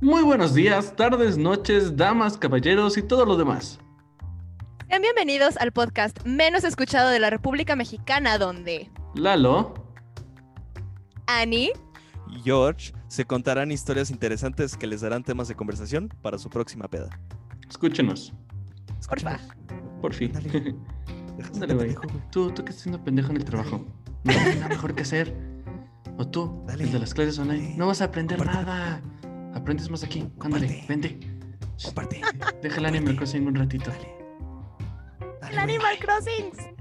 Muy buenos días, tardes, noches, damas, caballeros y todo lo demás. Sean bienvenidos al podcast menos escuchado de la República Mexicana, donde Lalo, Ani y George se contarán historias interesantes que les darán temas de conversación para su próxima peda. escúchenos, Porfa. por fin. Ándale. Ándale, güey. Tú, tú que estás siendo pendejo en el trabajo. No tienes nada mejor que hacer. O tú, Dale. el de las clases online. Dale. No vas a aprender Comparte. nada. Aprendes más aquí. Ándale, Comparte. vente. Comparte. Deja el Animal Crossing un ratito. Dale. Dale, El güey. Animal Crossings.